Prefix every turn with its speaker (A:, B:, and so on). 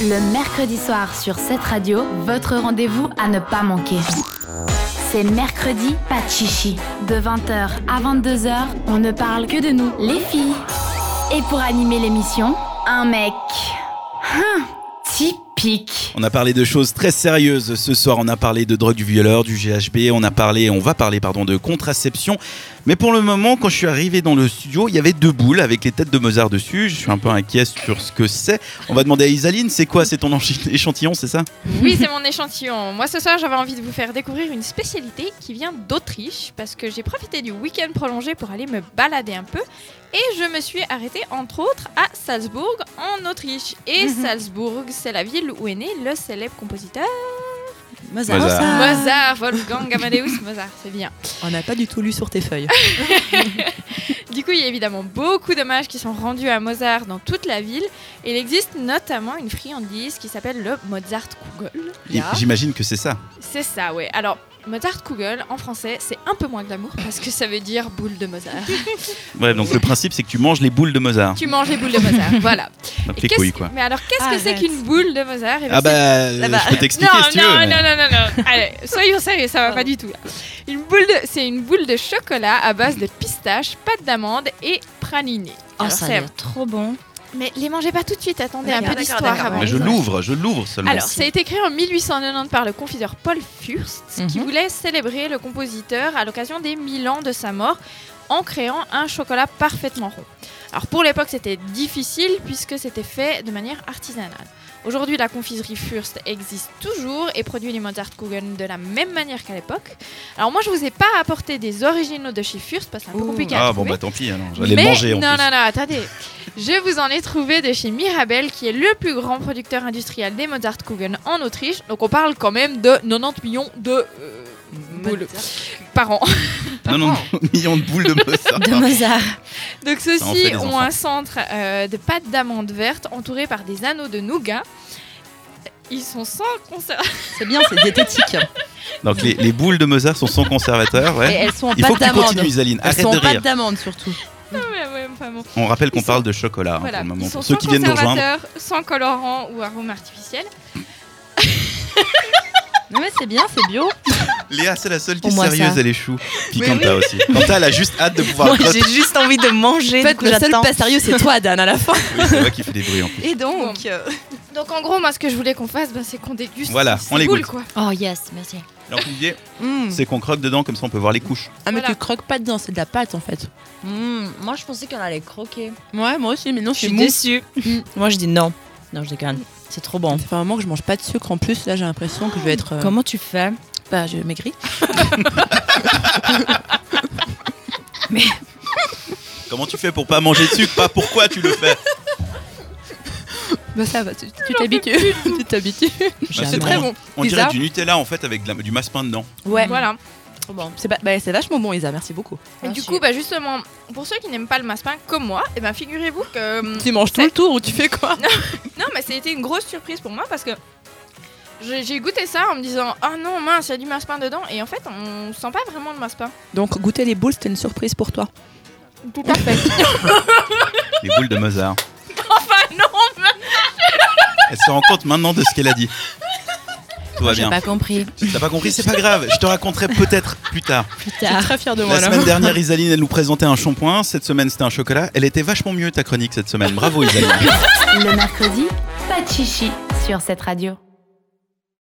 A: Le mercredi soir sur cette radio, votre rendez-vous à ne pas manquer. C'est mercredi, pas de chichi. De 20h à 22h, on ne parle que de nous, les filles. Et pour animer l'émission, un mec. Hum, typique.
B: On a parlé de choses très sérieuses ce soir. On a parlé de drogue du violeur, du GHB. On a parlé, on va parler, pardon, de contraception. Mais pour le moment, quand je suis arrivé dans le studio, il y avait deux boules avec les têtes de Mozart dessus. Je suis un peu inquiet sur ce que c'est. On va demander à Isaline, c'est quoi C'est ton enchi- échantillon, c'est ça
C: Oui, c'est mon échantillon. Moi, ce soir, j'avais envie de vous faire découvrir une spécialité qui vient d'Autriche parce que j'ai profité du week-end prolongé pour aller me balader un peu et je me suis arrêtée entre autres à Salzbourg en Autriche. Et Salzbourg, c'est la ville où est né le célèbre compositeur
D: Mozart.
B: Mozart.
C: Mozart, Wolfgang Amadeus Mozart, c'est bien.
D: On n'a pas du tout lu sur tes feuilles.
C: Du coup, il y a évidemment beaucoup d'hommages qui sont rendus à Mozart dans toute la ville. Il existe notamment une friandise qui s'appelle le Mozartkugel.
B: Et J'imagine que c'est ça.
C: C'est ça, ouais. Alors, Mozart Kugel, en français, c'est un peu moins glamour parce que ça veut dire boule de Mozart.
B: Bref, donc le principe, c'est que tu manges les boules de Mozart.
C: tu manges les boules de Mozart, voilà.
B: Ça fait
C: Et qu'est-ce
B: couille,
C: que-
B: quoi.
C: Mais alors, qu'est-ce que c'est
D: Arrête.
C: qu'une boule de Mozart Eh ben,
B: Ah bah,
C: c'est-
B: euh,
D: là-bas.
B: je peux t'expliquer
C: non,
B: si tu veux.
C: non,
B: mais-
C: non, non, non, non. Allez, soyons sérieux, ça va pas du tout. Une boule de, c'est une boule de chocolat à base de pistache, pâte d'amande et praliné. Alors, c'est-
A: trop bon.
C: Mais les mangez pas tout de suite, attendez un peu
D: D'accord, d'accord,
C: d'histoire
D: d'accord,
C: avant.
B: Mais je l'ouvre, je l'ouvre seulement.
C: Alors, ça a été créé en 1890 par le confiseur Paul Fürst, qui
D: Mhm.
C: voulait célébrer le compositeur à l'occasion des 1000 ans de sa mort en créant un chocolat parfaitement rond. Alors, pour l'époque, c'était difficile puisque c'était fait de manière artisanale. Aujourd'hui, la confiserie Fürst existe toujours et produit les Mozartkugeln de la même manière qu'à l'époque. Alors, moi, je vous ai pas apporté des originaux de chez Fürst parce que c'est un peu
D: Ouh.
C: compliqué à
B: ah bon,
C: trouver.
B: bah tant pis, alors. j'allais le
C: Mais
B: manger en
C: non,
B: plus.
C: non, non, attendez. Je vous en ai trouvé de chez Mirabel, qui est le plus grand producteur industriel des Mozartkugeln en Autriche. Donc on parle quand même de 90 millions de euh, boules par an.
B: Non, non, non, millions de boules de Mozart.
A: De Mozart.
C: Donc
B: en fait
C: ceux-ci
B: des
C: ont
B: enfants.
C: un centre euh, de pâte d'amande verte entouré par des anneaux de nougat. Ils sont sans conserve.
D: C'est bien, c'est diététique.
B: Hein Donc les, les boules de Mozart sont sans conservateur,
D: Et
B: ouais.
D: elles sont en
B: Il faut
D: pâte
B: que tu
D: d'amande.
B: continues, Isaline.
D: Elles
B: Arrête
D: sont
B: de
D: en pâte
B: rire.
D: d'amande surtout.
C: Non, mais ouais, enfin bon.
B: On rappelle qu'on
C: Ils
B: parle de chocolat hein,
C: Voilà,
B: pour le moment.
C: ils sont
B: Pour ceux
C: sans
B: qui viennent nous rejoindre.
C: conservateur, sans colorant ou arôme artificiel.
D: Non, mais c'est bien, c'est bio.
B: Léa, c'est la seule qui est
E: Au moins ça.
B: sérieuse, elle est chou. Puis
D: Mais
B: Quentin aussi. Quentin, elle a juste hâte de pouvoir.
E: Moi,
B: le
E: j'ai juste envie de manger.
D: En
E: du
D: fait,
E: coup,
D: le seul
E: j'attends.
D: pas sérieux, c'est toi, Dan, à la fin.
B: Oui, c'est vrai qu'il fait des bruits en plus.
D: Et euh,
C: donc, Donc en gros, moi, ce que je voulais qu'on fasse, ben, c'est qu'on déguste.
B: Voilà,
C: ces
B: on les
C: boules,
B: goûte. Ah
C: quoi.
A: Oh yes, merci.
B: Et en plus, l'idée, c'est qu'on croque dedans, comme ça on peut voir les couches.
D: Hmm. Ah, mais
C: Voilà.
D: tu croques pas dedans, c'est de la pâte en fait. Hmm.
E: moi, je pensais qu'on allait croquer.
D: Ouais, moi aussi, mais non, Hmm.
E: Je suis déçue. moi, je dis non. Non, je déconne. C'est trop bon.
D: Ça fait un moment que je mange pas de sucre en plus. Là, j'ai l'impression que je vais être. euh,
E: Comment tu fais
D: Bah, je maigris.
B: Comment tu fais pour pas manger de sucre Pas pourquoi tu le fais
D: Bah, ça va, tu tu t'habitues. Tu t'habitues.
B: c'est
D: Bah,
B: très
D: C'est très
B: bon.
D: bon.
B: On
D: Pizza.
B: dirait du Nutella en fait avec de la- du massepain dedans.
D: Ouais,
C: Voilà.
D: trop bon. C'est pas- bah, c'est vachement bon, Isa, merci beaucoup.
C: Et
E: Ah,
C: du
E: c'est-
C: coup, bah, justement, pour ceux qui n'aiment pas le massepain comme moi, eh ben, figurez-vous que.
D: Tu manges tout le tour ou tu fais quoi
C: Non, mais ça a été une grosse surprise pour moi parce que j'ai j'ai goûté ça en me disant Ah non, mince, il y a du massepain dedans. Et en fait, on sent pas vraiment le massepain.
D: Donc, goûter les boules, c'était une surprise pour toi.
C: Tout à fait.
B: Les boules de Mozart.
C: enfin, non
B: Elle se rend compte maintenant de ce qu'elle a dit. Tout va
E: J'ai
B: bien.
E: pas compris.
B: Si T'as pas compris, c'est pas grave. Je te raconterai peut-être plus tard.
E: Plus
D: Je suis
E: tard.
D: très fière de moi
B: La
D: là.
B: semaine dernière, Isaline, elle nous présentait un shampoing. Cette semaine, c'était un chocolat. Elle était vachement mieux ta chronique cette semaine. Bravo, Isaline.
A: Le mercredi, pas de chichi sur cette radio.